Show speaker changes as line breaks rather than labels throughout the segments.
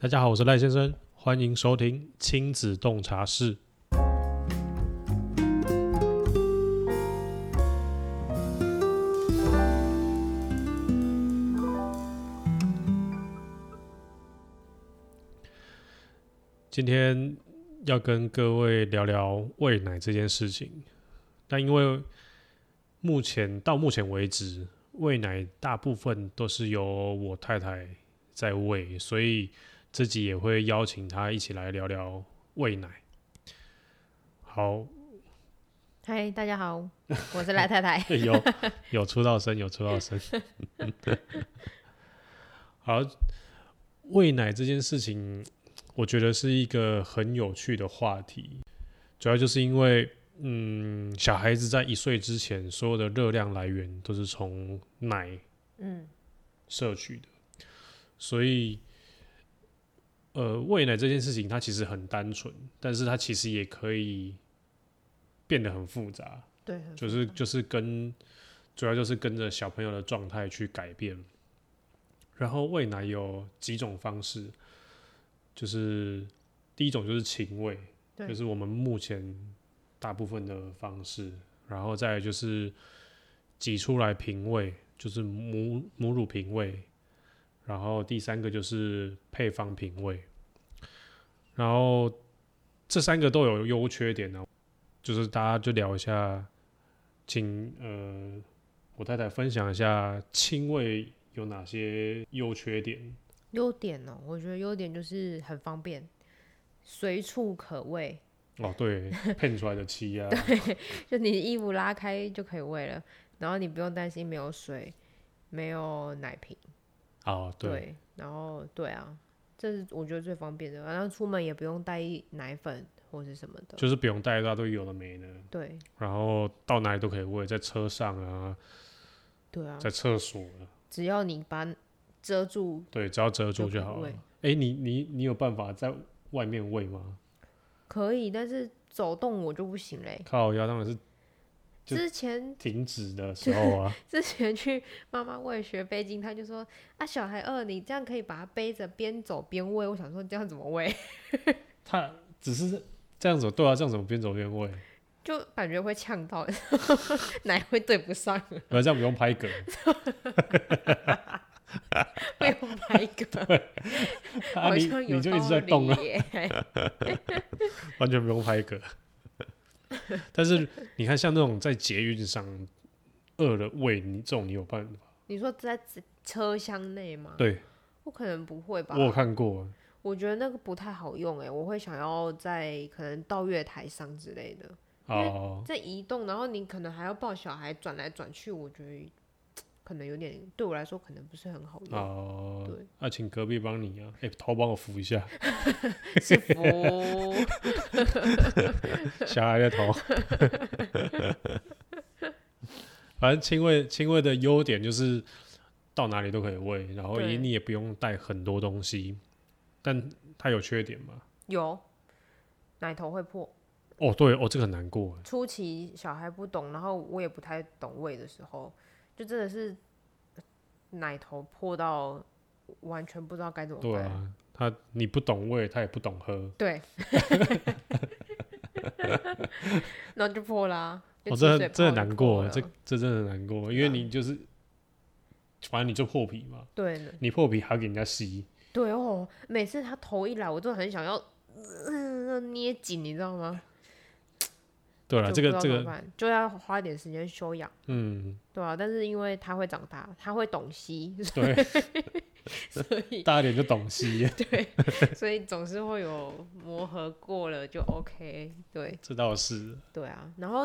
大家好，我是赖先生，欢迎收听亲子洞察室。今天要跟各位聊聊喂奶这件事情。但因为目前到目前为止，喂奶大部分都是由我太太在喂，所以自己也会邀请她一起来聊聊喂奶。好，。
嗨，大家 好，我是赖太太
有有出到声，有出到声。 好，喂奶这件事情，我觉得是一个很有趣的话题，主要就是因为，嗯，小孩子在一岁之前，所有的热量来源都是从奶
嗯，
摄取的，所以，呃，喂奶这件事情它其实很单纯，但是它其实也可以变得很复杂。
对，
就是就是跟主要就是跟着小朋友的状态去改变。然后喂奶有几种方式，就是第一种就是亲喂，
对
就是我们目前大部分的方式，然后再来就是挤出来平喂，就是母母乳平喂，然后第三个就是配方平喂，然后这三个都有优缺点呢、哦就是大家就聊一下，请呃我太太分享一下亲喂有哪些优缺点。
优点呢、我觉得优点就是很方便，随处可喂，
哦，对，骗出来的妻啊，
就你衣服拉开就可以喂了，然后你不用担心没有水，没有奶瓶。
哦，对，
对，然后对啊，这是我觉得最方便的，然后出门也不用带奶粉或是什么的。
就是不用带一大堆有的没的，
对，
然后到哪里都可以喂，在车上啊，
对啊，
在厕所啊，
只要你把遮住，
对，只要遮住
就可以
就好了
喂。
哎、你你你有办法在外面喂吗？
可以，但是走动我就不行嘞、
靠腰当然是就
之前
停止的时候 啊，
之前去妈妈喂学背巾，她就说啊，小孩饿，你这样可以把它背着边走边喂。我想说这样怎么喂，
他只是这样子，对啊，这样子边走边喂，
就感觉会呛到， 奶会对不上，
然后这样不用拍 嗝。
会有白个，
啊，
好
你
像有
你就一直
道
在动啊，
理耶
完全不用拍嗝。 但是你看，像那种在捷运上饿了喂你这种，你有办法？
你说在车厢内吗？
对
我可能不会吧
我，有看过，
我觉得那个不太好用哎，我会想要在可能到月台上之类的，
哦，
在移动，然后你可能还要抱小孩转来转去，我觉得可能有点对我来说可能不是很好用。
哦
对，
那、请隔壁帮你啊，哎、头帮我扶一下，
是福，
小孩的头。 反正亲喂亲喂的优点就是到哪里都可以喂，然后
对
也你也不用带很多东西，但它有缺点嘛？
有奶头会破，
哦，对，哦，这个很难过，
初期小孩不懂，然后我也不太懂喂的时候，就真的是奶头破到完全不知道该怎么
对
办。
啊，他你不懂喂，他也不懂喝，
对， 然后就破啦、就
哦，
起
这这很
水泡就
难
破
过，
了
这这真的很难过，因为你就是，反正你就破皮嘛，
对呢
你破皮还要给人家吸，
对哦，每次他头一来，我就很想要、呃捏紧，你知道吗？
对了，
就
这
不
个这
知道
个，
怎么办就要花点时间修养。
嗯，
对啊，但是因为他会长大，他会懂吸，
对，
所以
大一点就懂 吸，
所以总是会有磨合过了就 OK。对
这倒是，
对啊，然后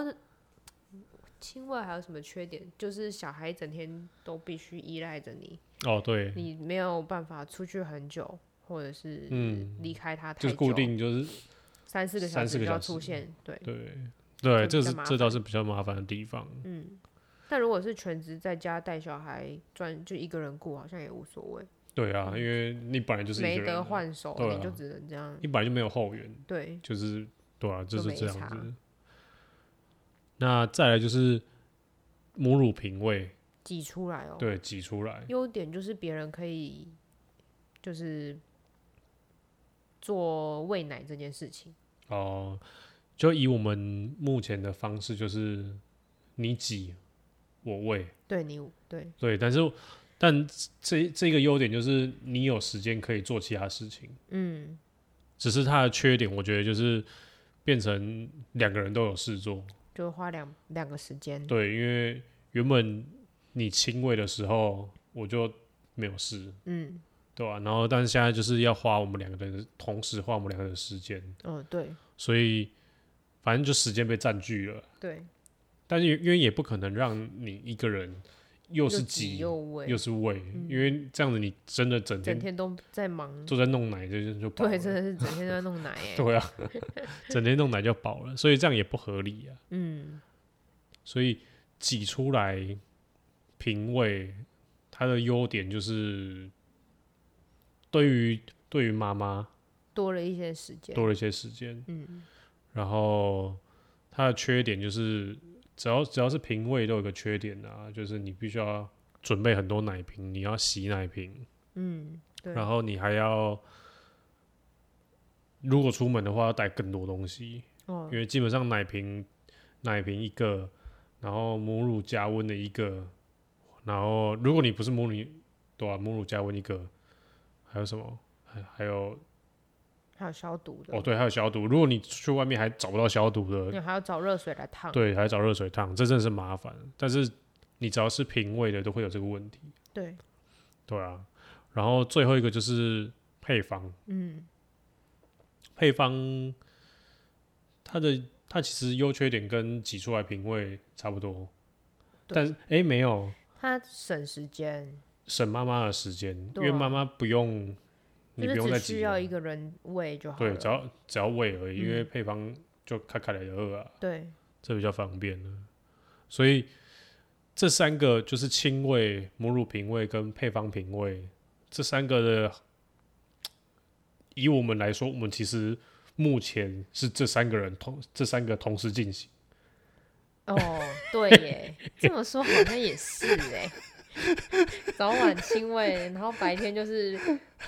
亲喂还有什么缺点？就是小孩整天都必须依赖着你，
哦，对，
你没有办法出去很久，或者是
嗯
离开他太
就
久，
是固定就是
三四个小
三四
时
个
就要
小时嗯
出现。对，
对对，
就
这
比较
是
麻
这倒是比较麻烦的地方，
嗯但如果是全职在家带小孩，专就一个人顾，好像也无所谓，
对啊，因为你本来就是一
没
个人
得
啊，
换手，
对啊
你就只能这样。
你本来就没有后援，
对，
就是对啊，就
就是没
这样
差
子。那再来就是母乳平喂，
挤出来哦。
对，挤出来，
优点就是别人可以就是做喂奶这件事情。
哦、就以我们目前的方式，就是你挤我喂，
对你对
对，但是但这这个优点就是你有时间可以做其他事情，
嗯
只是它的缺点，我觉得就是变成两个人都有事做，
就花两两个时间。
对，因为原本你亲喂的时候我就没有事，
嗯
对吧、然后但是现在就是要花我们两个人的同时花我们两个人的时间，
哦对
所以反正就时间被占据了。
对，
但是因为也不可能让你一个人又是挤
挤又喂，嗯
又是喂，因为这样子你真的整天
整天都在忙。
都在弄奶，就就饱了。
对，真的是整天都在弄奶哎。
对啊，整天弄奶就饱了，所以这样也不合理啊。
嗯
所以挤出来平胃，它的优点就是对于对于妈妈
多了一些时间。
多了一些时间，
嗯
然后它的缺点就是只要只要是平胃都有个缺点啊，就是你必须要准备很多奶瓶，你要洗奶瓶，
嗯，对。
然后你还要，如果出门的话要带更多东西，
哦
因为基本上奶瓶奶瓶一个，然后母乳加温的一个，然后如果你不是母乳，对吧、母乳加温一个，还有什么？还还有
还有消毒的。
哦，对，还有消毒。如果你去外面还找不到消毒的，
你还要找热水来烫。
对，还要找热水烫，这真的是麻烦。但是你只要是平胃的，都会有这个问题。
对，
对啊，然后最后一个就是配方。
嗯
配方，它的它其实优缺点跟挤出来品味差不多，
对
但是哎、诶没有
它省时间，
省妈妈的时间，因
对啊
为妈妈不用你不
就是
用
只
再
需
挤
要
了，
一个人喂就好
对，
了。
只要只要喂而已，因为
嗯
配方就咔咔的饿啊，
对
这比较方便了，所以这三个就是亲喂、母乳品味跟配方品味这三个的，以我们来说，我们其实目前是这三个人同这三个同时进行。
哦，对耶，这么说好像也是哎。早晚亲喂，然后白天就是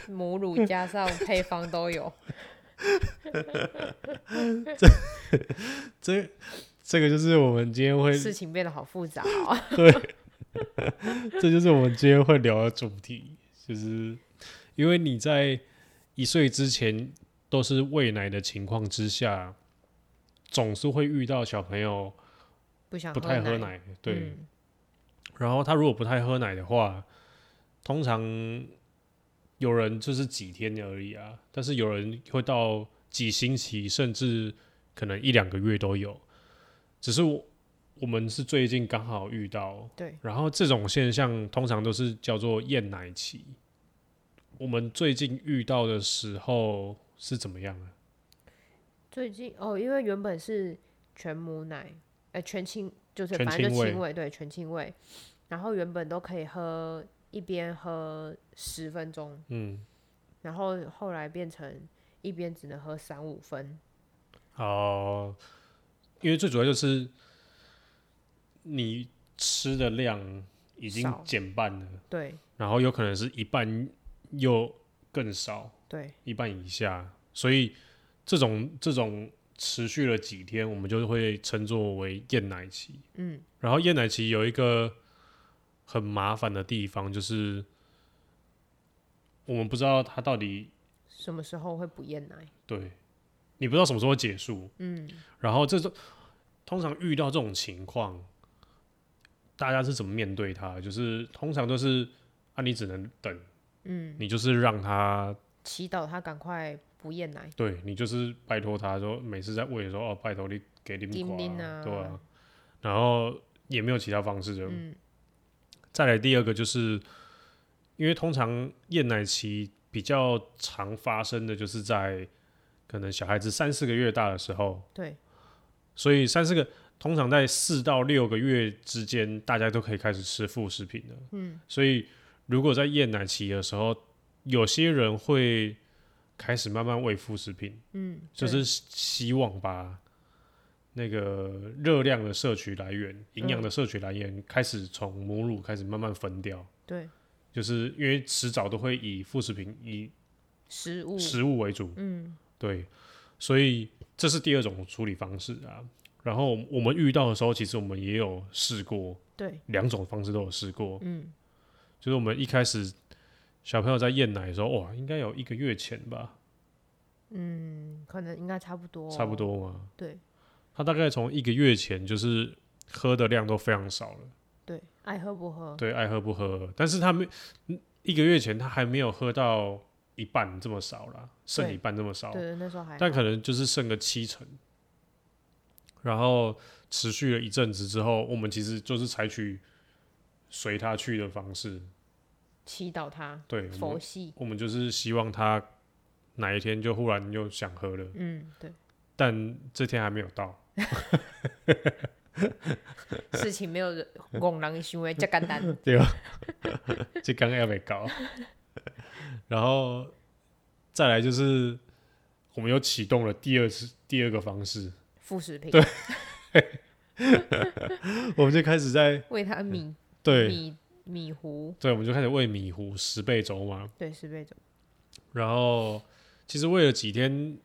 母
嗯
乳加上配方都有。
这这个就是我们今天 会，
事情变得好复杂哦。
这就是我们今天会聊的主题，就是因为你在一岁之前都是喂奶的情况之下，总是会遇到小朋友
不想
不太
喝嗯
喝奶，嗯对。然后他如果不太喝奶的话，通常有人就是几天而已啊，但是有人会到几星期，甚至可能一两个月都有。只是我我们是最近刚好遇到，
对，
然后这种现象通常都是叫做厌奶期。我们最近遇到的时候是怎么样啊？
最近哦，因为原本是全母奶，呃，全亲就是
全
反正就
亲喂
亲喂，对，全亲喂。然后原本都可以喝，一边喝十分钟，
嗯，
然后后来变成一边只能喝三五分。
哦，因为最主要就是你吃的量已经
少
减半了，
对
然后有可能是一半又更少，
对，
一半以下，所以这种这种持续了几天，我们就会称作为厌奶期。
嗯，
然后厌奶期有一个很麻烦的地方，就是我们不知道它到底
什么时候会不厌奶？
对，你不知道什么时候结束。
嗯，
然后这种通常遇到这种情况，大家是怎么面对它？就是通常都是啊，你只能等，嗯，你就是让它，
祈祷他赶快不厌奶。
对你就是拜托它说，每次在喂的时候，哦，拜托你给你
叮叮啊
对啊，然后也没有其他方式的。
嗯
再来第二个就是，因为通常厌奶期比较常发生的就是在可能小孩子三四个月大的时候，
对，
所以三四个通常在四到六个月之间，大家都可以开始吃副食品了。嗯，所以如果在厌奶期的时候，有些人会开始慢慢喂副食品，
嗯，
就是希望把那个热量的摄取来
嗯
源、营养的摄取来源开始从母乳开始慢慢分掉，
对
就是因为迟早都会以副食品以
食物，
食物为主，
嗯，
对，所以这是第二种处理方式啊。然后我们遇到的时候，其实我们也有试过
对，
两种方式都有试过，
嗯，
就是我们一开始小朋友在验奶的时候，哇，应该有一个月前吧，
可能应该差不多，
差不，多嘛。
对
他大概从一个月前就是喝的量都非常少了，
对，爱喝不喝，
对，爱喝不喝，但是他没嗯一个月前他还没有喝到一半这么少啦，剩
对
一半这么少，
对，那时候还
但
好
可能就是剩个七成。然后持续了一阵子之后，我们其实就是采取随他去的方式，
祈祷他
对，嗯我
佛
们
系，
我们就是希望他哪一天就忽然又想喝了，
嗯， 对，
但这天还没有到，
事情没有人拱狼的行为，这简单，
这刚刚要被搞。然后再来就是，我们又启动了第二次第二个方式，
副食品，
我们就开始在
喂他米
对
米米糊，
对，我们就开始喂米糊十倍粥嘛，
对，十倍种，
然后其实喂了几天，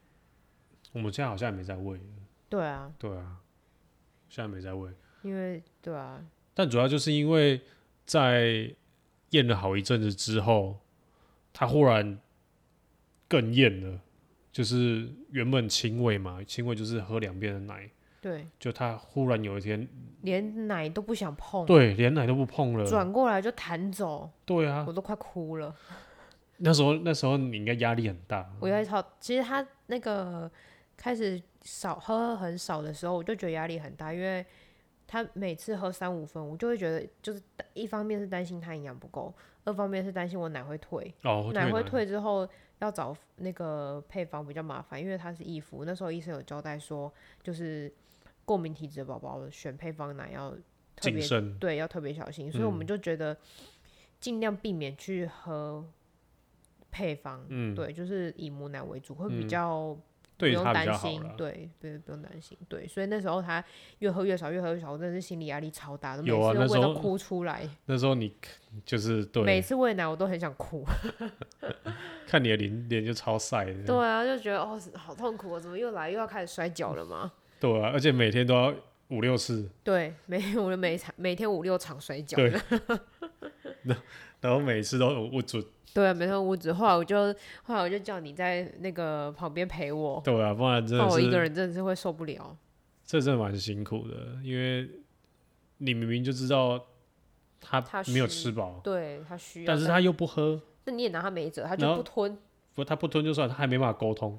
我们现在好像也没在喂了，
对啊，
对啊，现在没在喂，
因为对啊，
但主要就是因为在验了好一阵子之后，他忽然更验了，就是原本亲喂嘛，亲喂就是喝两遍的奶，
对，
就他忽然有一天，
连奶都不想碰，
对，连奶都不碰了，
转过来就弹走，
对啊
我，都快哭了。
那时候那时候你应该压力很大，
我要好，其实他那个开始少喝很少的时候，我就觉得压力很大，因为他每次喝三五分，我就会觉得就是一方面是担心他营养不够，二方面是担心我奶会退，
哦，
奶
会，
会退之后要找那个配方比较麻烦，因为它是易服，那时候医生有交代说，就是过敏体质的宝宝选配方奶要特
谨
别
慎，
对，要特别小心，所以我
嗯
们就觉得尽量避免去喝配方，
嗯
对，就是以母奶为主，会比
嗯
较不
对
用
他比
担
较好
心，
了。
对，不不用担心，对，所以那时候他越喝越少，越喝越少，我真的是心理压力超大的，每
有啊
次
那
都
时
喂到
候
哭出来，
那时候你就是
每
对，
次喂奶我都很想哭，
看你的脸脸就超晒的，
对啊，就觉得哦好痛苦，我怎么又来又要开始摔跤了嘛？
对啊，而且每天都要五六次，
对，每我的每场每天五六场摔跤，
对然后每次都我准，
对，啊没错，我只后来我就后来我就叫你在那个旁边陪我，
对啊，不然真
那
的
我哦一个
是
人真的是会受不了。
这真的蛮辛苦的，因为你明明就知道他
他
没有
需
吃饱，
对他需要，
但是他又不喝，
那你也拿他没辙，他
然
就
后
不 吞，
不他不吞就算，他还没办法沟 通，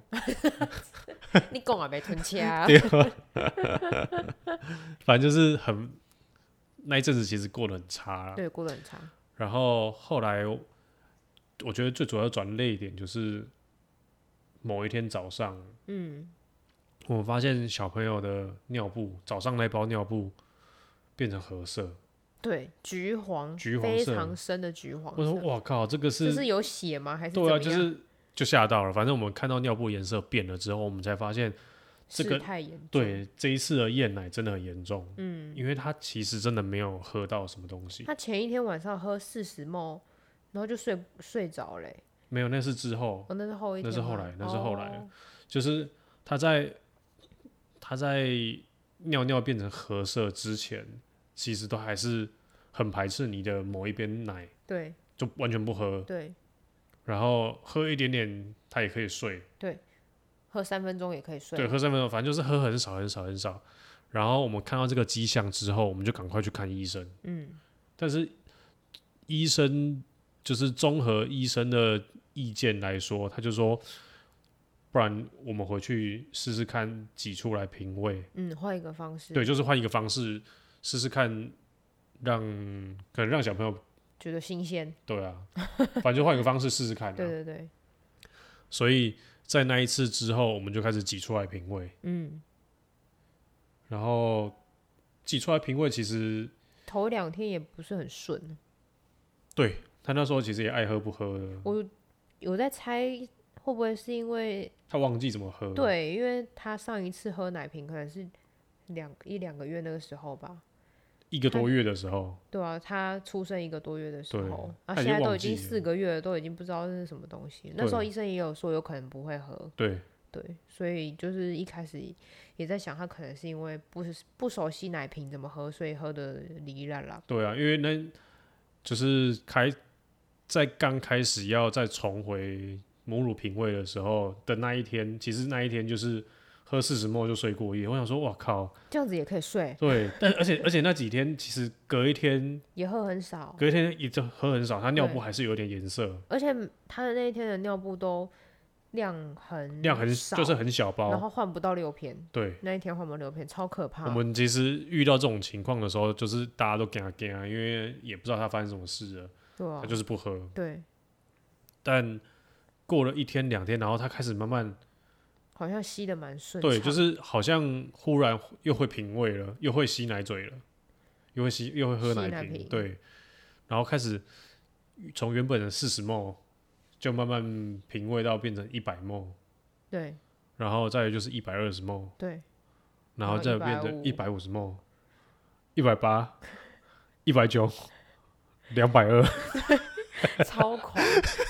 你拱也没吞下。
对啊，反正就是很那一阵子其实过得很差啦，
对，过得很差。
然后后来我我觉得最主要转泪点就是某一天早上，
嗯，
我发现小朋友的尿布，早上那包尿布变成褐色，
对，橘黄，
橘黄
非
色
常深的橘黄
我说
色，
哇靠，这个
这
是
是有血吗？还是
对啊，
怎
就
么样
是就吓到了。反正我们看到尿布颜色变了之后，我们才发现这
事
个
态严重。，
对这一次的厌奶真的很严重，
嗯，
因为他其实真的没有喝到什么东西，
他前一天晚上喝四十梦，然后就睡睡着嘞、
没有，那是之后
哦，那是后一
那
天吗，
是后来那是后来
哦
就是他在他在尿尿变成褐色之前，其实都还是很排斥你的某一边奶，
对
就完全不喝，
对，
然后喝一点点他也可以睡，
喝三分钟也可以睡。
对，喝三分钟，反正就是喝很少很少很少。然后我们看到这个迹象之后，我们就赶快去看医生。
嗯，
但是医生就是综合医生的意见来说，他就说，不然我们回去试试看挤出来平胃。
嗯，换一个方式，
对，，就是换一个方式试试看让，可能让小朋友
觉得新鲜。
对啊，反正就换一个方式试试看、啊。
对对对，
所以在那一次之后，我们就开始挤出来平胃，
嗯，
然后挤出来平胃，其实
头两天也不是很顺，
对他那时候其实也爱喝不喝的，
我有在猜会不会是因为
他忘记怎么喝。，
对，因为他上一次喝奶瓶可能是两一两个月那个时候吧，
一个多月的时候，
对啊，他出生一个多月的时
对
候，啊，
他已
现
经
在都
忘
已经
记了
四个月了，都已经不知道是什么东西。那时候
对
医生也有说有可能不会喝，
对
对，所以就是一开始也在想，他可能是因为不是不熟悉奶瓶怎么喝，所以喝的离烂啦。
对啊，因为那就是开在刚开始要再重回母乳品味的时候的那一天，其实那一天就是喝四十沫就睡过夜。我想说，哇靠，
这样子也可以睡，
对，但而且而且那几天其实隔一天
也喝很少，
隔一天也就喝很少，他尿布
哦对
还是有点颜色，
而且他的那一天的尿布都量很
量很
少，
就是很小
然
包，
后换不到六片，
对。
那一天换不到六片，超可怕。
我们其实遇到这种情况的时候，就是大家都惊啊惊，因为也不知道他发生什么事了，
对啊
他，就是不喝。
对，
但过了一天两天，然后他开始慢慢
好像吸的蛮顺畅，
对，就是好像忽然又会品味了，又会吸奶嘴了，又会吸又会喝
吸奶
瓶，
瓶
对，然后开始从原本的四十 ml 就慢慢品味到变成一百 ml，
对
然后再来就是一百二十 ml，
对，
然
然
后
后
再变成一百五
150
十 ml，一百八，一百九，两百 二。
超狂。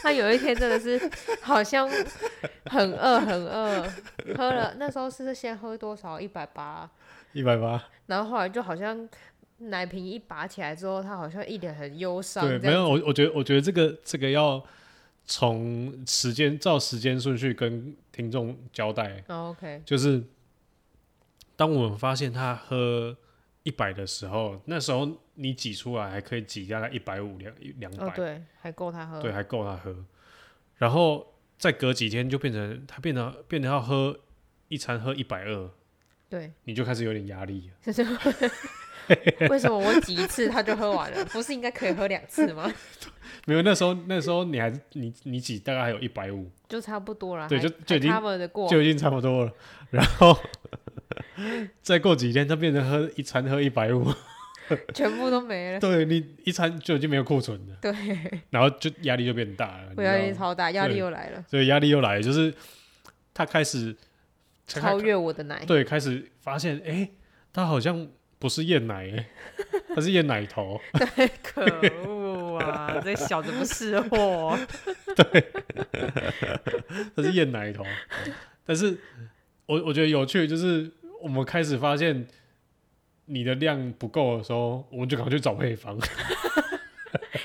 他有一天真的是好像很饿很饿，喝了那时候是先喝多少一百八，
一百八，
然后后来就好像奶瓶一拔起来之后，他好像一脸很忧伤这
对，没
样，
有，我我觉得我觉得这个这个要从时间照时间顺序跟听众交代，
哦 OK，
就是当我们发现他喝一百的时候，那时候你挤出来还可以挤大概一百五两两
哦
百，
对，嗯还够他喝，
对，还够他喝，然后再隔几天就变成他变得变得要喝一餐喝一百二，
对，
你就开始有点压力了。
为什么我挤一次他就喝完了？不是应该可以喝两次吗？
没有，那时候那时候你还你你挤大概还有一百五，
就差不多了，
对
还
就就已经
还 cover 的过，
就已经差不多了。然后 再过几天，他变成喝一餐喝一百 五，
全部都没了。
对你一餐就已经没有库存了，
对，
然后就压力就变大了，你
我
知道
压
吗
力超大，压力
对
又来了，
所以压力又来了，就是他开始他开
超越我的奶。
对开始发现，哎、他好像不是厌奶、欸，他是厌奶头，
可恶啊！这小子不 是货。
他是厌奶头。 但是我我觉得有趣，就是我们开始发现你的量不够的时候，我们就赶快去找配方。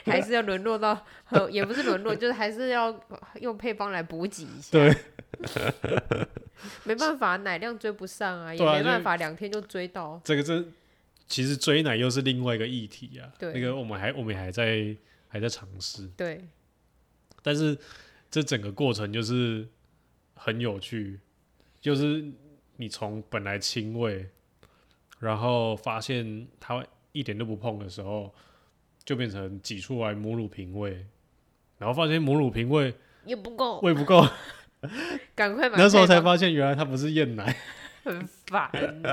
还是要沦落到喝，也不是沦落，就是还是要用配方来补给一下。
对，
没办法，奶量追不上啊，也
对啊
没办
就
法，两天就追到。
这个真其实追奶又是另外一个议题啊。
对
那个我们还我们也还在还在尝试，
对，
但是这整个过程就是很有趣，就是你从本来亲喂，然后发现它一点都不碰的时候，就变成挤出来母乳瓶喂。然后发现母乳瓶喂
也不够，
喂不够，
赶快买配方。
那时候才发现原来它不是厌奶，
很烦呢、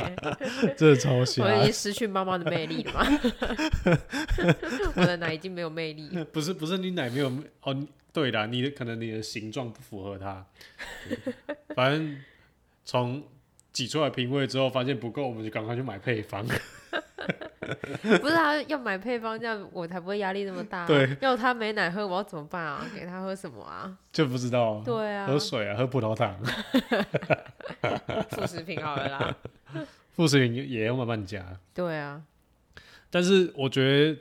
真的超瞎
我
的
已经失去妈妈的魅力 了嘛，我的奶已经没有魅力。
不是不是你奶没有哦，你对啦，你的可能你的形状不符合它，反正从挤出来瓶位之后发现不够，我们就赶快去买配方。
不是啊，要买配方，这样我才不会压力那么大、啊
对，
要他没奶喝，我要怎么办啊？给他喝什么啊？
就不知道
对啊，
喝水啊，喝葡萄糖，
副食品好 了啦。
副食品也要慢慢加。
对啊，
但是我觉得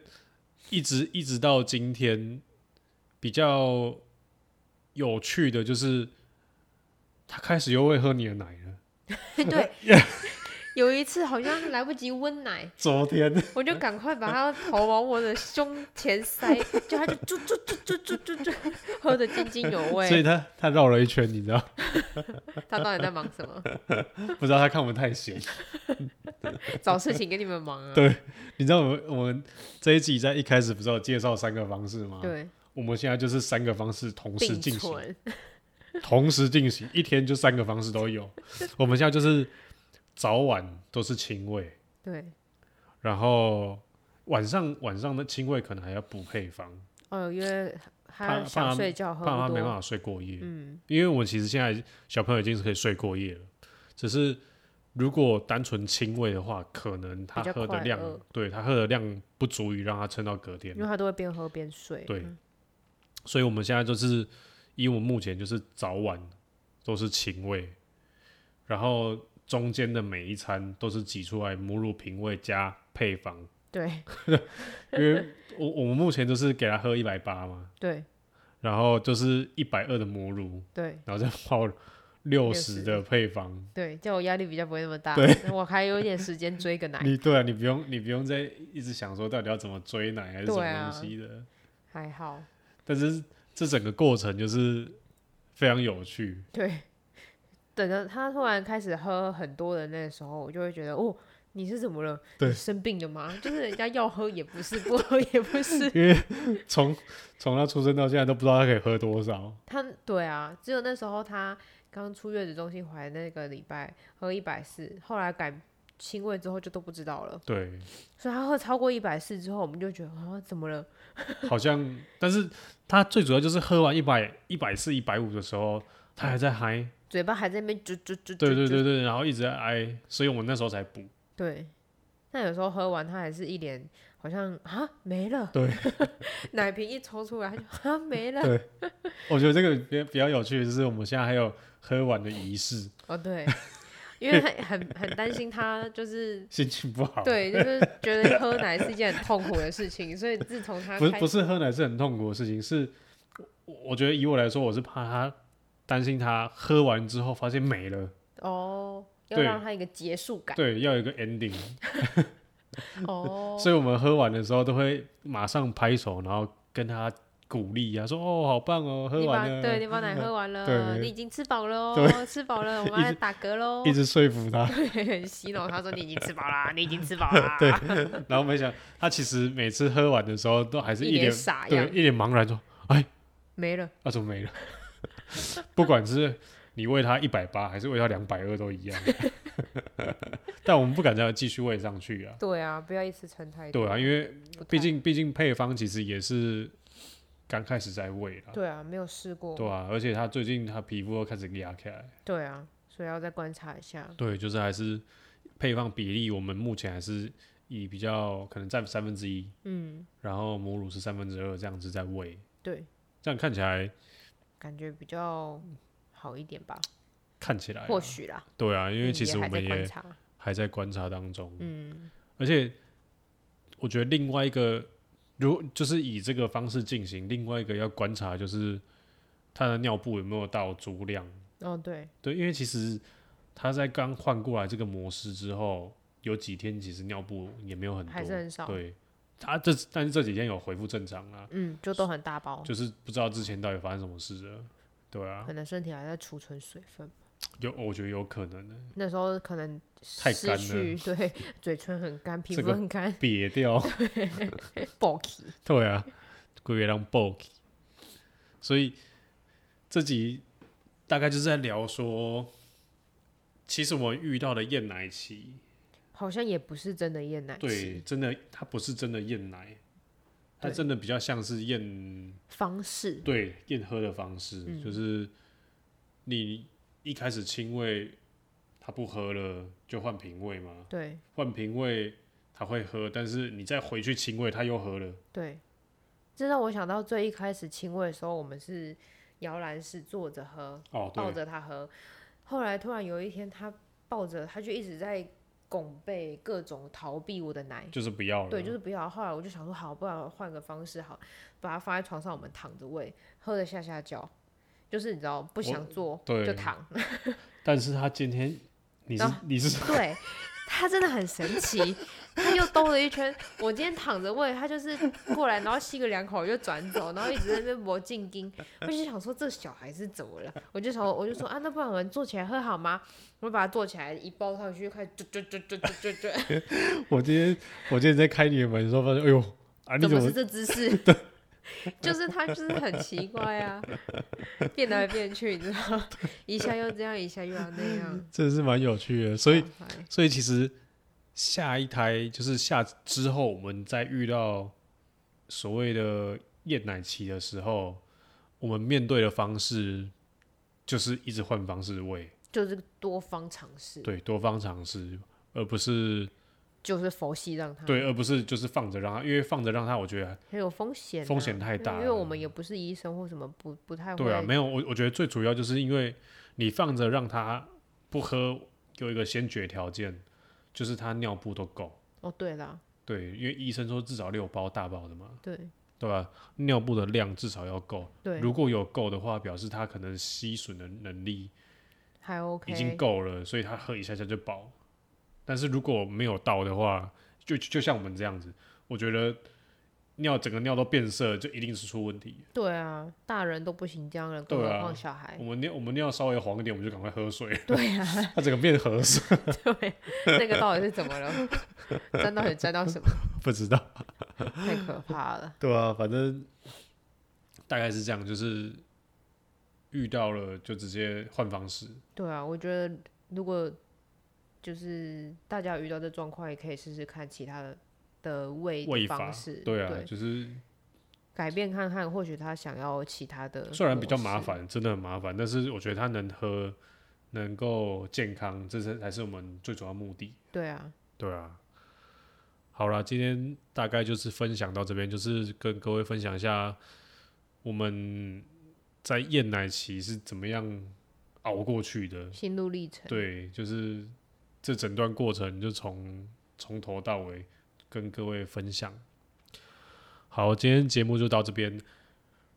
一直一直到今天比较有趣的就是，他开始又会喝你的奶了。
对，有一次好像来不及温奶，
昨天
我就赶快把他头往我的胸前塞，就他就啾啾啾啾啾啾啾，喝得津津有
所以
味。
他他绕了一圈，你知道，
他到底在忙 什么？
不知道他看我们太闲。
找事情给你们忙啊？
对你知道我们我们这一集在一开始不是有介绍三个方式吗？，
对，
我们现在就是三个方式同时
并
进行，
存。
同时进行，一天就三个方式都 有。我们现在就是早晚都是亲喂，
对，
然后晚上晚上的亲喂可能还要补配方，
哦，因为
怕
他
怕
想
他
睡觉喝
怕他
不
没办
多。
法睡过夜。
嗯，
因为我们其实现在小朋友已经是可以睡过夜了，只是如果单纯清胃的话，可能他
比较
喝的
快
量
饿，
对他喝的量不足以让他撑到隔天
因。为他都会边喝边睡。
对，嗯所以我们现在就是以我们目前就是早晚都是清胃，然后中间的每一餐都是挤出来母乳平胃加配方，
对
因为我我们目前就是给他喝一百八嘛，
对
然后就是一百二的母乳，
对
然后再泡六十
60
的配方。
对，叫我压力比较不会那么大
对，
我还有一点时间追个奶，
你对啊，你不用你不用再一直想说到底要怎么追奶还是什
对
么
啊
东西的，
还好。
但是这整个过程就是非常有趣，
对，等到他突然开始喝很多的那时候，我就会觉得哦。你是怎么了？
对
你生病了吗？ 就是人家要喝也不是，不喝也不是。
因为从从他出生到现在都不知道他可以喝多少，
他对啊，只有那时候他刚出月子中心怀那个礼拜喝一百四，后来改亲喂之后就都不知道了。
对，
所以他喝超过一百四之后，我们就觉得啊，怎么了？
好像，但是他最主要就是喝完一百一百四一百五的时候，他还在嗨，
嘴巴还在那边啾啾啾啾啾。
对对对对，然后一直在挨，所以我们那时候才补，
对，但有时候喝完他还是一脸好像啊没了，
对，
奶瓶一抽出来他就啊没了，
对，我觉得这个比比较有趣的就是我们现在还有喝完的仪式，
哦对， 因为很很很担心他就是
心情不好，，
对，就是觉得喝奶是一件很痛苦的事情，所以自从他
不是
开
不是喝奶是很痛苦的事情，是我我觉得以我来说，我是怕他担心他喝完之后发现没了，
哦。要
对
让他一个结束感
对，要有一个 ending，
哦，
所以我们喝完的时候都会马上拍手，然后跟他鼓励啊，说哦好棒哦，喝
你把
完了，嗯
对你把奶喝完了，
对
你已经吃饱了
对
哦，吃饱了，我们
一
来
直
打嗝喽
一，直说服他，
洗脑他说你已经吃饱啦，你已经吃饱啊啦，
然后没想他其实每次喝完的时候都还是
一
脸
脸傻
对
样
一脸茫然说
没了。
啊怎么没了？ 不管是你喂他一百八还是喂他两百二都一样， 但我们不敢再继续喂上去啊。
对啊，不要一次撑太多。
对啊，因为
不
毕
太
竟毕竟配方其实也是刚开始在喂啦，
对啊，没有试过。
对啊，而且他最近他皮肤又开始压起来，
对啊，所以要再观察一下。
对，就是还是配方比例，我们目前还是以比较可能占三分之一，
嗯，
然后母乳是三分之二这样子在喂，
对，
这样看起来
感觉比较好一点吧，
看起来啊
或许啦，
对啊，因为
嗯
其实我
还在
们
观
也
察。
还在观察当中，
嗯，
而且我觉得另外一个，如就是以这个方式进行，另外一个要观察就是他的尿布有没有到足量。
哦对，
对，因为其实他在刚换过来这个模式之后，有几天其实尿布也没有很多，
还是很少。
对，他这但是这几天有恢复正常啦、
嗯，就都很大包，
就是不知道之前到底发生什么事了。对啊，
可能身体还在储存水分。
有我觉得有可能的，
那时候可能
太干
失
了
去，对，嘴唇很干，皮
这
肤
个
很干
瘪掉，
，bulky。
对啊，鬼月亮 b o k 所以这集大概就是在聊说，其实我们遇到的厌奶期，
好像也不是真的厌奶
对，
期
真的它不是真的厌奶，它
对
真的比较像是厌
方式，
对验喝的方式，
嗯
就是你一开始亲喂他不喝了，就换瓶喂嘛，
对
换瓶喂他会喝，但是你再回去亲喂他又喝了，
对，这让我想到最一开始亲喂的时候，我们是摇篮式坐着喝，
哦，
抱
对，
着他喝。后来突然有一天，他抱着他就一直在拱背，各种逃避我的奶。
就是不要了，
对，就是不要。后来我就想说，好，不然我换个方式好，把它放在床上，我们躺着喂，喝的下下觉。就是你知道不想坐
对
就躺，
但是他今天你是、
然后
你是
对他真的很神奇，他又兜了一圈。我今天躺着喂，他就是过来，然后吸个两口就转走，然后一直在那边磨静音。我就想说这小孩是怎么了？我就想我就说啊，那不然我们坐起来喝好吗？我把他坐起来一抱上去，就开始啾啾啾啾啾啾
啊
啾，
我今天我今天在开你的门的时候发现，哎呦啊你
怎
怎
么
么
是这姿 势？就是他就是很奇怪啊，变来变去，你知道，一下又这样，一下又要那样。
真的是蛮有趣的，所以
小孩
所以其实下一胎就是下之后，我们在遇到所谓的厌奶期的时候，我们面对的方式就是一直换方式喂，
就是多方尝试，
对，多方尝试，而不是
就是佛系让它，
对，而不是就是放着让它，因为放着让它，我觉得
很有风险啊、
风险太大
因为我
了
们也不是医生或什么不，不太会
对啊，没有我我觉得最主要就是因为你放着让它不喝，有一个先决条件就是它尿布都够，
哦，对啦，
对，因为医生说至少六包大包的嘛，
对
对吧？尿布的量至少要够，
对，
如果有够的话，表示它可能吸吮的能力
还 OK，
已经够了，所以他喝一下下就饱。但是如果没有到的话，就就像我们这样子，我觉得尿整个尿都变色，就一定是出问题。
对啊，大人都不行这样了，更
对
何
啊
况小孩
我。们尿我们尿稍微黄一点，我们就赶快喝水，
对啊，
它整个变褐色，
对，那个到底是怎么了？ 沾到底沾到什么？
不知道。
太可怕了。
对啊，反正大概是这样，就是遇到了就直接换方式。
对啊，我觉得如果就是大家有遇到这状况，也可以试试看其他的的喂
喂法
方式，
对啊，就是
改变看看，或许他想要其他的，
虽然比较麻，烦，真的很麻烦，但是我觉得它能喝，能够健康，这是才是我们最主要目的。
对啊，
对啊，好啦，今天大概就是分享到这边，就是跟各位分享一下我们在厌奶期是怎么样熬过去的。
心路历程，
对，就是这整段过程就从从头到尾跟各位分享。好，今天节目就到这边。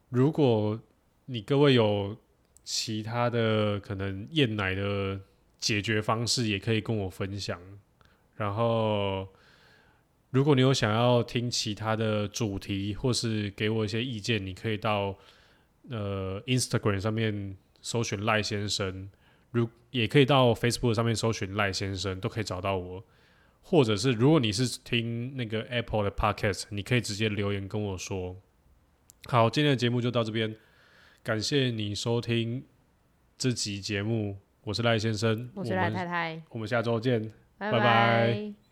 如果你各位有其他的可能厌奶的解决方式，也可以跟我分享。然后，如果你有想要听其他的主题，或是给我一些意见，你可以到呃 Instagram 上面搜寻赖先生，如也可以到 Facebook 上面搜寻赖先生，都可以找到我。或者是如果你是听那个 Apple 的 Podcast，你可以直接留言跟我说。好，今天的节目就到这边，感谢你收听这集节目，我是赖先生，
我是赖
们
太太，
我们下周见。拜
拜
拜